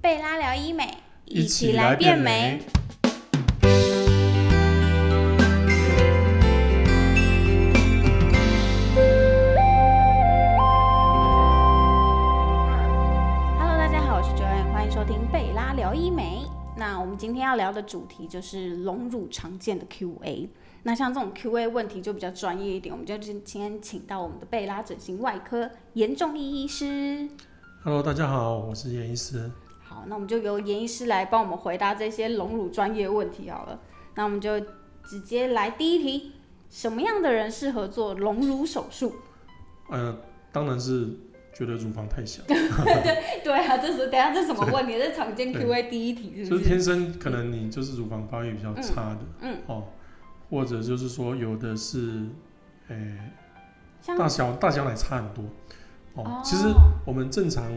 贝拉聊医美，一起来变美。 Hello，大家好，我是 Joanne，欢迎收听贝拉聊医美。那我们今天要聊的主题就是隆乳常见的 Q&A。那像这种 Q&A 问题就比较专业一点，我们就今天请到我们的贝拉整形外科严仲义医师。 Hello，大家好，我是叶医师。好，那我们就由严医师来帮我们回答这些隆乳专业问题好了。那我们就直接来第一题：什么样的人适合做隆乳手术？呃，当然是觉得乳房太 小， 对啊，这是等一下这是什么问题？这是常见对 Q&A 第一题是不就是是？天生可能你就是乳房发育比较差的，嗯哦，或者就是说有的是，呃、像大小大小奶差很多，哦，其实我们正常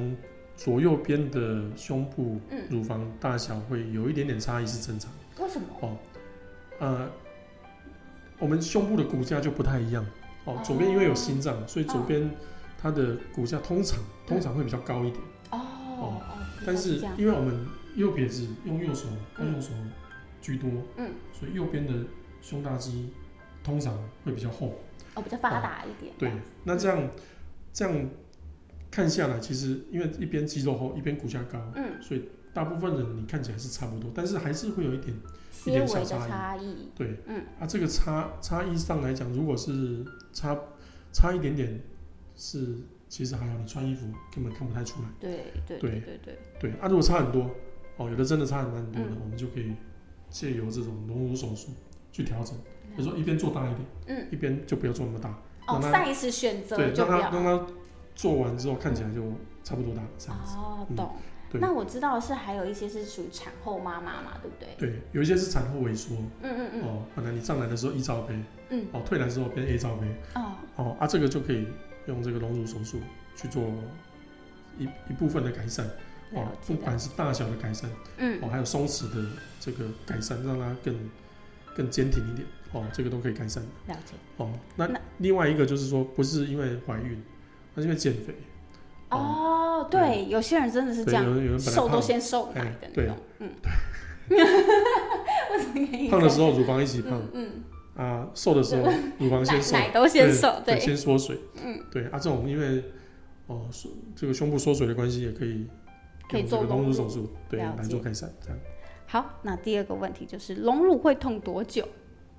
左右边的胸部嗯乳房大小会有一点点差异是正常的。为什么？呃，我们胸部的骨架就不太一样哦哦。左边因为有心脏，所以左哦边它的骨架通常通常会比较高一点。哦哦哦，原来但是是这样因为我们右撇子用右手，嗯用右手居多，嗯，所以右边的胸大肌通常会比较厚。哦比较发达一点。对，那这样这样看下来，其实因为一边肌肉厚，一边骨架高，嗯，所以大部分人你看起来是差不多，但是还是会有一点一些点微小的差异差异。对，嗯，啊，这个差差异上来讲，如果是差差一点点，是其实还好，你穿衣服根本看不太出来。对对对对对对。对，啊，如果差很多，哦，有的真的差很蛮多的，嗯我们就可以借由这种隆乳手术去调整，比如说一边做大一点，嗯，一边就不要做那么大，哦让它，size 选择对，就让不它要。让它做完之后看起来就差不多大这样子。哦，嗯懂。对那我知道的是还有一些是属于产后妈妈嘛，对不对？对，有一些是产后萎缩，嗯嗯哦，本来你上来的时候 E 罩杯，嗯，哦，退来之后变 A 罩杯，嗯。哦，哦啊，这个就可以用这个隆乳手术去做一一部分的改善哦了，解不。管是大小的改善嗯，哦，还有松弛的这个改善，让它更更坚挺一点哦，这个都可以改善了解。哦。那那另外一个就是说，不是因为怀孕，那是因为减肥哦，哦，对，有些人真的是这对，有样，人有人本来瘦都胖先瘦奶哎的那对种。嗯，对。 为什么原因？胖的时候乳房一起胖嗯嗯，啊，瘦的时候乳房先奶瘦，奶都先对瘦，对，对。先缩水。嗯，对啊，这种因为哦，缩这个胸部缩水的关系，也可以可以用做这个隆隆乳乳手术，对，了来解做改善。这样，好，那第二个问题就是隆乳会痛多久？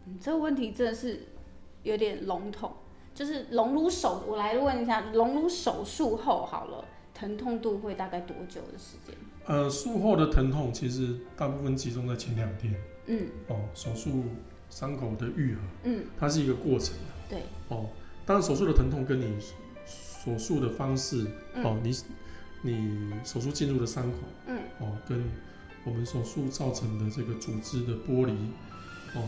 嗯，这个问题真的是有点笼统。就是隆乳手，我来问一下，隆乳手术后好了，疼痛度会大概多久的时间？呃，术后的疼痛其实大部分集中在前两天嗯哦，手术伤口的愈合，嗯，它是一个过程的对，哦。当然，手术的疼痛跟你手术的方式嗯哦，你你手术进入的伤口，嗯，哦，跟我们手术造成的这个组织的剥离，哦，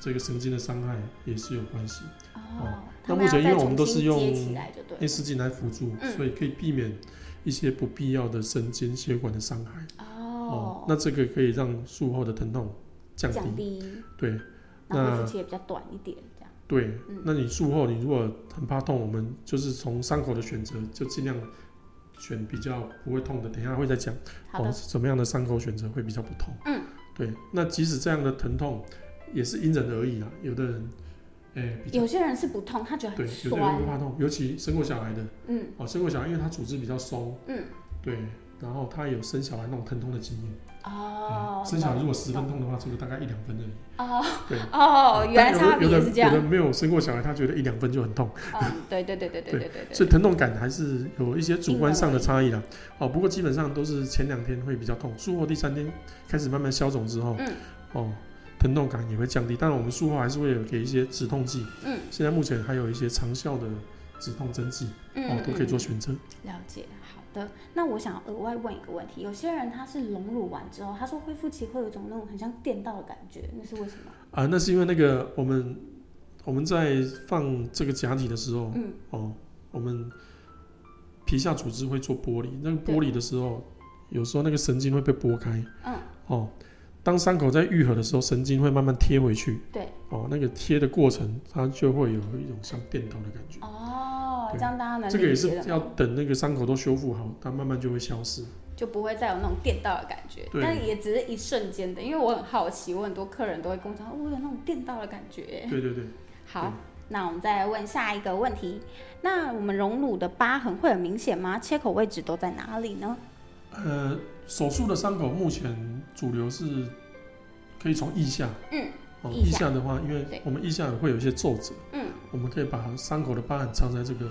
这个神经的伤害也是有关系。哦，那他目前要再因为我们都是重新用接起来就对内了，视镜来辅助，嗯所以可以避免一些不必要的神经血管的伤害。哦，那这个可以让术后的疼痛降低。降低，对然后那恢复期也比较短一点，这样，对，嗯那你术后你如果很怕痛，我们就是从伤口的选择就尽量选比较不会痛的。等一下会再讲好哦，的，什么样的伤口选择会比较不痛。嗯，对。那即使这样的疼痛也是因人而异啦，有的人，哎、比较有些人是不痛，他觉得对很，有的人哎酸不，怕痛，尤其生过小孩的。嗯哦，生过小孩，因为他组织比较松，嗯，对，然后他有生小孩那种疼痛的经验。哦嗯，生小孩如果懂十分懂痛的话，这个大概一两分而已。哦对哦，原来但差有别的有是的这样有，的没有生过小孩，他觉得一两分就很痛，嗯，对对对对对对对所对。以疼痛感还是有一些主观上因人的而异差异啦。哦，不过基本上都是前两天会比较痛，术后第三天开始慢慢消肿之后，嗯哦，疼痛感也会降低。当然，我们术后还是会有给一些止痛剂，嗯，现在目前还有一些长效的止痛针剂，嗯哦，都可以做嗯选择。嗯了解。好的，那我想额外问一个问题，有些人他是隆乳完之后，他说恢复期会有一种那种很像电到的感觉，那是为什么？啊，那是因为那个我们我们在放这个假体的时候，嗯，哦，我们皮下组织会做剥离，那个剥离的时候，有时候那个神经会被剥开，嗯，哦，当伤口在愈合的时候，神经会慢慢贴回去，对，哦，那个贴的过程，它就会有一种像电到的感觉。哦，对这样大家能这个也理解是了要吗等那个伤口都修复好，它慢慢就会消失。就不会再有那种电到的感觉，对但也只是一瞬间的，因为我很好奇，我很多客人都会跟我讲，哦我有那种电到的感觉耶。对对对，好，那我们再问下一个问题，那我们荣乳的疤痕会很明显吗？切口位置都在哪里呢？呃，手术的伤口目前主流是可以从腋下，嗯，哦，腋腋下下的话，因对为我们腋下会有一些皱褶，嗯，我们可以把伤口的疤痕藏在这个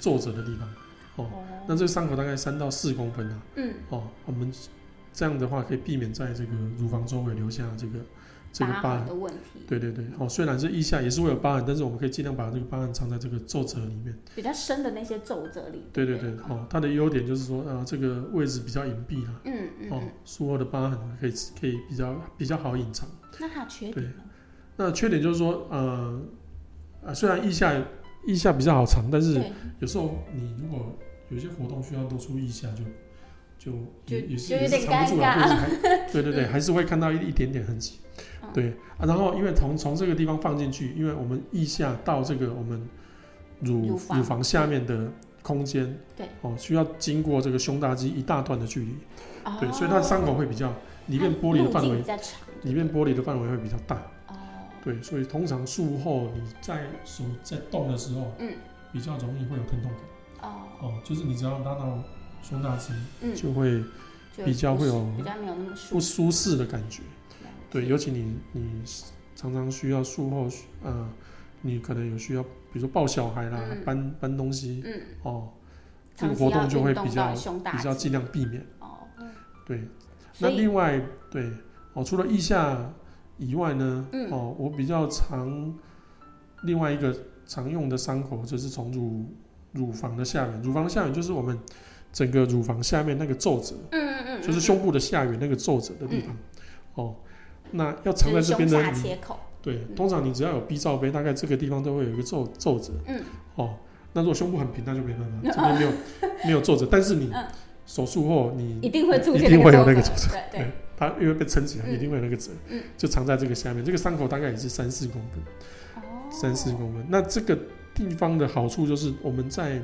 皱褶的地方。哦，那这个伤口大概三到四公分啊，嗯，哦，我们这样的话可以避免在这个乳房周围留下这个这个疤疤痕痕。的问题对对对，哦，虽然是腋下也是会有疤痕，但是我们可以尽量把这个疤痕藏在这个皱褶里面。比较深的那些皱褶里。对对对，哦，它的优点就是说，啊，这个位置比较隐蔽啦、嗯嗯哦嗯，，术后的疤痕可以可以比较比较好隐藏。那它的缺点呢？那缺点就是说，呃，啊，虽然腋下腋下比较好藏，但是对，有时候你如果有一些活动需要露出腋下就，就就也也是就有也点是藏不住了，尴尬或者还 对对对，嗯还是会看到一一点点痕迹嗯。对啊，然后因为从从这个地方放进去，因为我们腋下到这个我们乳乳房下面的空间，对哦，需要经过这个胸大肌一大段的距离，哦啊对，所以它的伤口会比较里面剥离的范路径围比，较长，里面剥离的范围会比较大。哦，对，所以通常术后你在手在动的时候，嗯，比较容易会有疼痛感哦，哦，就是你只要拉到胸大肌，嗯就会就比较会有比较没有那么舒服。不舒适的感觉。了解对，尤其你你常常需要术后，呃，你可能有需要，比如说抱小孩啦、嗯搬搬东西嗯，哦，这长个期活动要就运会动比到较胸大比较肌尽量避免。哦，对，所那以另外对哦，除了腋下以外呢，嗯哦，我比较常另外一个常用的伤口就是从乳乳房的下缘，乳房的下缘就是我们整个乳房下面那个皱褶，嗯嗯嗯，就是嗯胸部的下缘那个皱褶的地方，哦，那要藏在就是这边胸的下你，切口，对，嗯通常你只要有 B 罩杯，大概这个地方都会有一个皱皱褶，嗯，哦，那如果胸部很平，那就没 办法，这边没有没有皱褶，但是你嗯手术后你一定会出现嗯一定会有那个那个皱皱褶褶，对对，它因为被撑起来，嗯一定会有那个褶，嗯就藏在这个下面。这个伤口大概也是三四公分，哦，三四公分。那这个地方的好处就是我们在，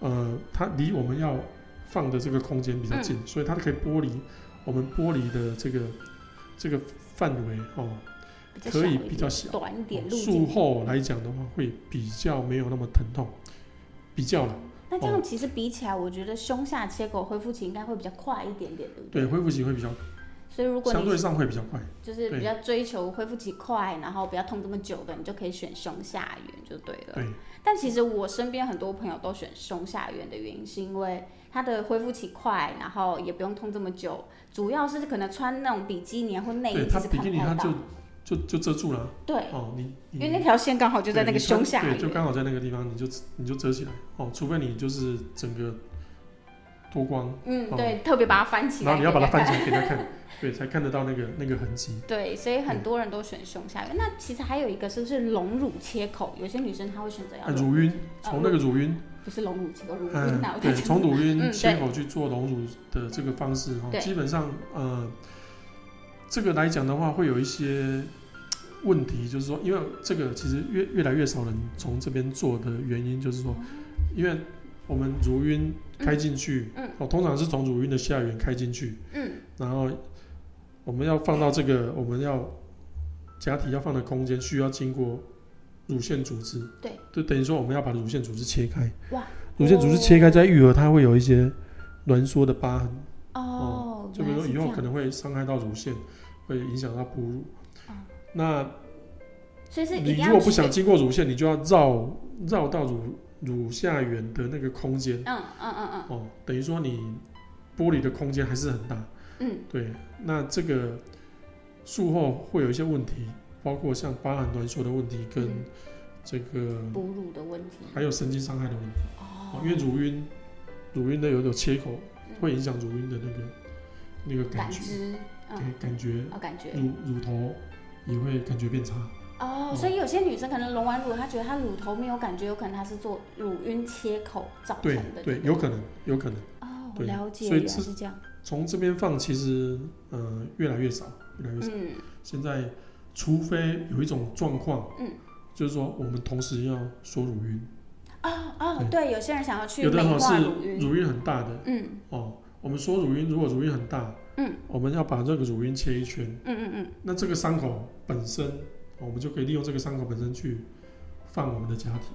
呃，它离我们要放的这个空间比较嗯近，所以它可以剥离我们剥离的这个这个范围哦。比较可以小一比较点小嗯短一点路术径。后来讲的话，会比较没有那么疼痛，比较了，那这哦样其实比起来，我觉得胸下切口恢复期应该会比较快一点点，对不对，？恢复期会比较，所以如果相对你上会比较快。就是对比较追求恢复期快，然后不要痛这么久的，你就可以选胸下缘就对了。对，但其实我身边很多朋友都选胸下缘的原因，是因为它的恢复期快，然后也不用痛这么久。主要是可能穿那种比基尼啊或内衣，对，其它实比看基不尼太它就到。就就遮住了对，哦，你因你为那条线刚好就在对那个你穿胸下对，就缘。刚好在那个地方，你就你就遮起来哦，除非你就是整个脱光，嗯，哦对，特别把它翻起来。然后你要把它给大家翻起来给他看，对，才看得到那个那个痕迹。对，所以嗯很多人都选胸下缘。那其实还有一个是不是隆乳切口？有些女生她会选择要啊，隆，乳晕，从那个乳晕，不是隆乳切哦口，乳晕嗯啊，我，在对，讲从乳嗯晕对切口去做隆乳的这个方式对哦，基本上呃，这个来讲的话，会有一些问题，就是说，因为这个其实越越来越少人从这边做的原因，就是说，因为我们乳晕开进去，嗯嗯嗯哦，通常是从乳晕的下缘开进去，嗯然后我们要放到这个我们要假体要放的空间，需要经过乳腺组织，对，就等于说我们要把乳腺组织切开，哇，乳腺组织切开再愈合，它会有一些挛缩的疤痕，哦，就比如说以原来后是这可样，能会伤害到乳腺，会影响到哺乳哦。那所以是一定你要如果不想选经过乳腺，你就要绕绕到乳乳下缘的那个空间嗯嗯嗯嗯哦，等于说你玻璃的空间还是很大。嗯，对，那这个术后会有一些问题，包括像疤痕挛缩的问题，跟嗯这个哺乳的问题。还有神经伤害的问题，哦哦、因为乳晕乳晕的有有切口，嗯会影响乳晕的那个那个感感觉，嗯知，嗯，对感觉哦，感觉乳乳头也会感觉变差。哦，嗯所以有些女生可能隆完乳，她觉得她乳头没有感觉，有可能她是做乳晕切口造成对的。对，有可能有可能哦，对了解，所以原来这是这样。从这边放，其实呃越来越少，越来越少。嗯现在除非有一种状况，嗯，就是说我们同时要缩乳晕。嗯哦哦，对，有些人想要去有的美哈化是乳晕，乳晕很大的嗯哦，我们说乳晕，如果乳晕很大，嗯，我们要把这个乳晕切一圈，嗯嗯嗯，那这个伤口本身，哦我们就可以利用这个伤口本身去放我们的假体。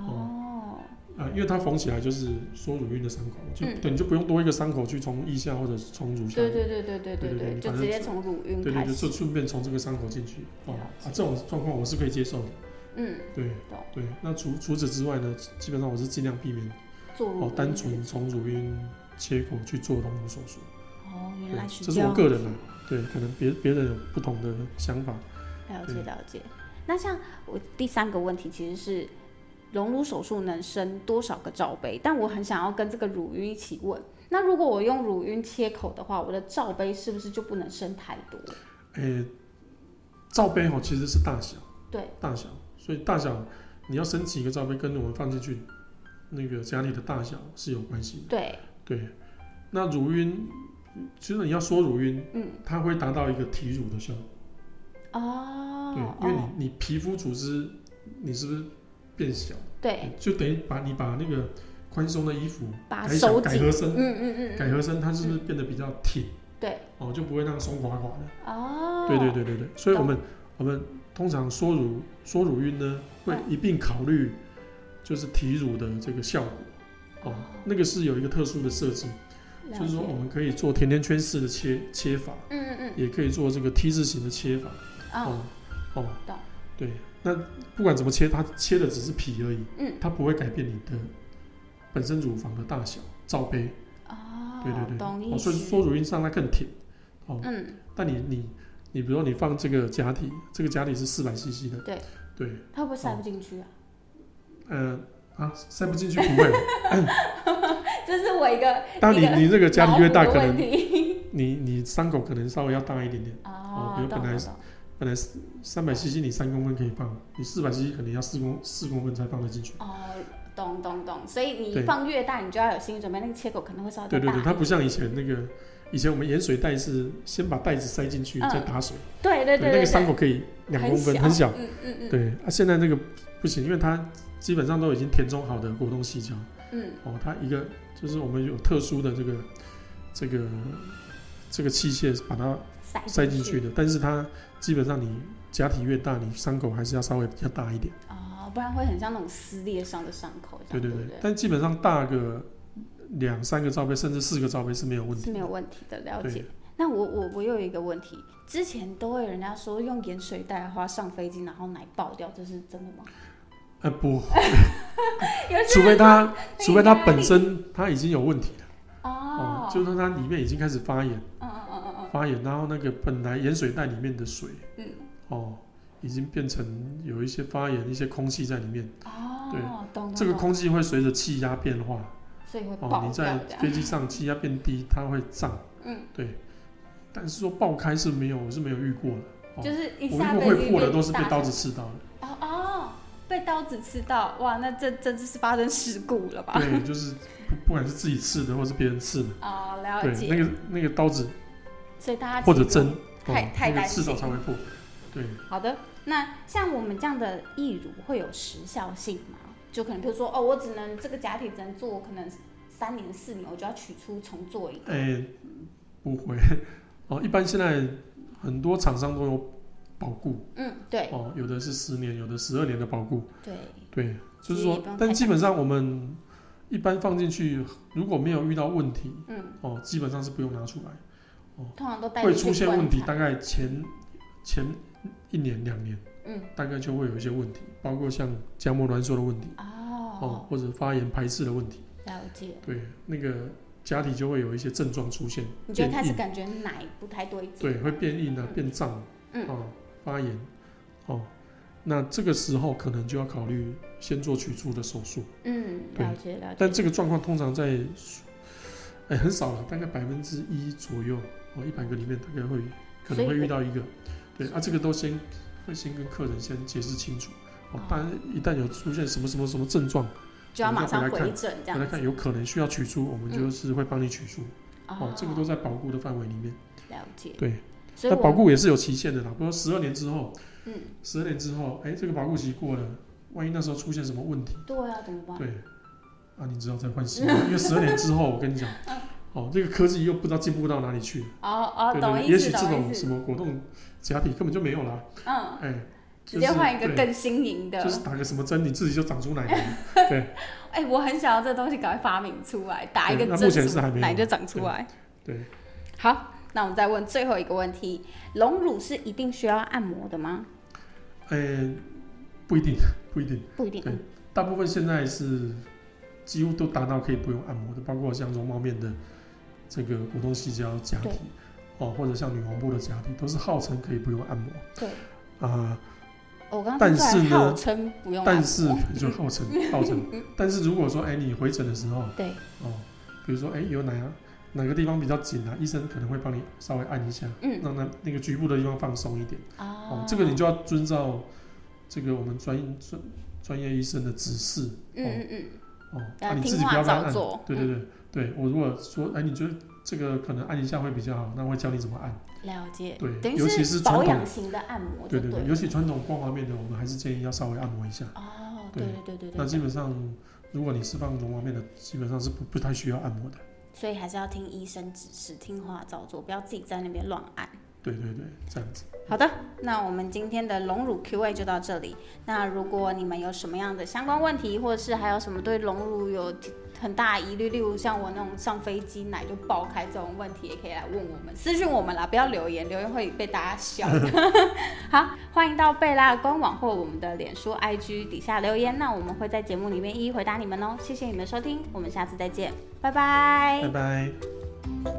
哦，啊、因为它缝起来就是说乳晕的伤口，就、嗯对，你就不用多一个伤口去从腋下或者是从乳下，对对对对对对对对，对就反直正接从乳晕对对开对，始就，顺便从这个伤口进去哦了啊，这种状况我是可以接受的，嗯，对懂对。那除除此之外呢，基本上我是尽量避免做乳哦晕单纯从乳晕切口去做隆乳手术，哦，原对来，是这这是我样个人子啊，对，可能别别人有不同的想法，了解对了解。那像我第三个问题其实是隆乳手术能生多少个罩杯？但我很想要跟这个乳晕一起问。那如果我用乳晕切口的话，我的罩杯是不是就不能生太多？诶、罩杯哦其实是大小。对，大小，所以大小你要升几个罩杯，跟我们放进去那个家里的大小是有关系的。对，对，那乳晕，其实你要说乳晕，嗯，它会达到一个提乳的效果。哦，对，因为哦你你皮肤组织你是不是变小，对，就等于把你把那个宽松的衣服把它嗯改小收改紧，合嗯身，嗯嗯改嗯，合身，它是不是变得比较挺？对，哦，就不会那样松垮垮的。哦，对对，对对对，所以我懂们我们通常缩乳缩乳晕呢，会嗯一并考虑就是提乳的这个效果哦，那个是有一个特殊的设计，了就是说哦解我们可以做甜甜圈式的切切法，嗯嗯也可以做这个 T 字形的切法嗯，哦，哦哦懂，对，那不管怎么切，它切的只是皮而已，嗯，它不会改变你的本身乳房的大小罩杯，哦，对对对，懂哦意所思，以缩乳晕是让它更挺哦，嗯，但你你你，比如说你放这个假体，这个假体是四百 CC 的，对对，它会不会塞不进去啊？ 呃啊塞不进去不会，这是我一个但你你这个假脑体补越大，的可问能题你你伤口可能稍微要大一点点，哦，比如懂本来懂是懂本来三百 CC 你三公分可以放，你四百 CC 可能要四公四公分才放得进去。哦，懂懂懂，所以你对放越大，你就要有心理准备，那个切口可能会稍微对再对哦大一对，点。它不像以前那个，以前我们盐水袋是先把袋子塞进去嗯再打水，对对对那对个伤对，口可以两公分，很很小。嗯嗯嗯，对啊，现在那个不行，因为它基本上都已经填充好的果冻细胶。嗯哦，它一个就是我们有特殊的这个这个这个器械把它塞塞进去的，但是它基本上你假体越大，你伤口还是要稍微比较大一点。哦，不然会很像那种撕裂伤的伤口这样，对对对对，不对，但基本上大个两三个罩杯，甚至四个罩杯是没有问是题没的有。问题的，了对解。那我我我又有一个问题，之前都会人家说用盐水袋的话上飞机，然后奶爆掉，这是真的吗？呃，不，有些除非它那除非它压本力身它已经有问题了，哦，就是说它里面已经开始发炎，嗯嗯嗯嗯发炎，然后那个本来盐水袋里面的水嗯哦，已经变成有一些发炎，一些空气在里面。嗯，哦，对懂懂，这个懂空气会随着气压变化所以会哦，爆掉你在这样，飞机上气压变低，它会胀，嗯，对。但是说爆开是没有，我是没有遇过的。哦就是一我下遇过飞会机破的被都是被打刀子刺 到的，哦哦，被刀子刺到，哇，那这这就是发生事故了吧？对，就是不不管是自己刺的或是别人刺的，哦，了对，那解。个那个刀子所以大家或者其实针，哦太太那个担刺到心才会破，对。好的。那像我们这样的义乳会有时效性吗？就可能比如说，哦，我只能这个假体只能做可能三年四年，我就要取出重做一个。诶、哎不会哦，一般现在很多厂商都有保固嗯，对哦，有的是十年，有的十二年的保固，对，对，其实就是也说不用，但太基本上我们一般放进去，如果没有遇到问题，嗯，哦，基本上是不用拿出来，通常都带会进去出现观问题，察大概前前一年两年，嗯，大概就会有一些问题，包括像浆膜挛缩的问题，哦哦，，或者发炎排斥的问题，了解。对，那个假体就会有一些症状出现，你就变会开始硬，感觉奶不太对劲。对，会变硬啊，嗯变胀，嗯哦，发炎，哦，那这个时候可能就要考虑先做取出的手术。嗯，对了解了解。但这个状况通常在，哎、很少了，大概百分之一左右哦，一百个里面大概会可所以能会我遇到一个，对啊，这个都先会先跟客人先解释清楚哦，哦当然一旦有出现什么什么什么症状，就要马上我们再回来回看诊这大家样看子。哦有可能需要取出，我们嗯就是会帮你取出、哦，这个都在保固的范围里面，了解。对，所以那我保固也是有期限的啦，不过十二年之后，嗯，十二年之后，哎、这个保固期过了，万一那时候出现什么问题，对啊，怎么办？对，啊，你只好再换新的，因为十二年之后，我跟你讲，哦、哦，这个科技又不知道进步到哪里去。哦嗯哦，对懂对，意也思，许这懂种意什思。么果冻假体根本就没有啦。嗯，哎，直接换一就个是更新颖的就。是打个什么针，你自己就长 出奶了。哎，我很想要这东西赶快发明出来，打一对个那针目前什是还么没有奶就长出对来。对，好，那我们再问最后一个问题：隆乳是一定需要按摩的吗？哎，不一定，不一定。不一定。对大部分现在是几乎都达到可以不用按摩的，包括像绒毛面的这个果冻细胶假体对，哦，或者像女黄布的假体，都是号称可以不用按摩对，啊、哦我刚刚但听出来是呢号称不用按但摩，是就号称 号称，但是如果说哎、你回诊的时候对，哦，比如说哎、有哪哪个地方比较紧啊，医生可能会帮你稍微按一下，嗯让那那个局部的地方放松一点哦啊，，这个你就要遵照这个我们专专专业医生的指示嗯嗯嗯，哦，要啊、你自听己不话要乱照按。做，对对对，对我如果说，哎，你觉得这个可能按一下会比较好，那我会教你怎么按。嗯了解，对等于尤其是传保统养型的按摩就对对对对，了，尤其传统光滑面的，我们还是建议要稍微按摩一下。哦，对对对对对那对基本上，如果你是放绒毛面的，基本上是不不太需要按摩的。所以还是要听医生指示，听话照做，不要自己在那边乱按。对对对，这样子。好的，那我们今天的隆乳 Q&A 就到这里。那如果你们有什么样的相关问题，或者是还有什么对隆乳有很大的疑虑，例如像我那种上飞机奶就爆开这种问题，也可以来问我们，私讯我们啦，不要留言，留言会被大家 笑。好，欢迎到贝拉的官网或我们的脸书、IG 底下留言，那我们会在节目里面一一回答你们哦。谢谢你们的收听，我们下次再见，拜拜拜拜。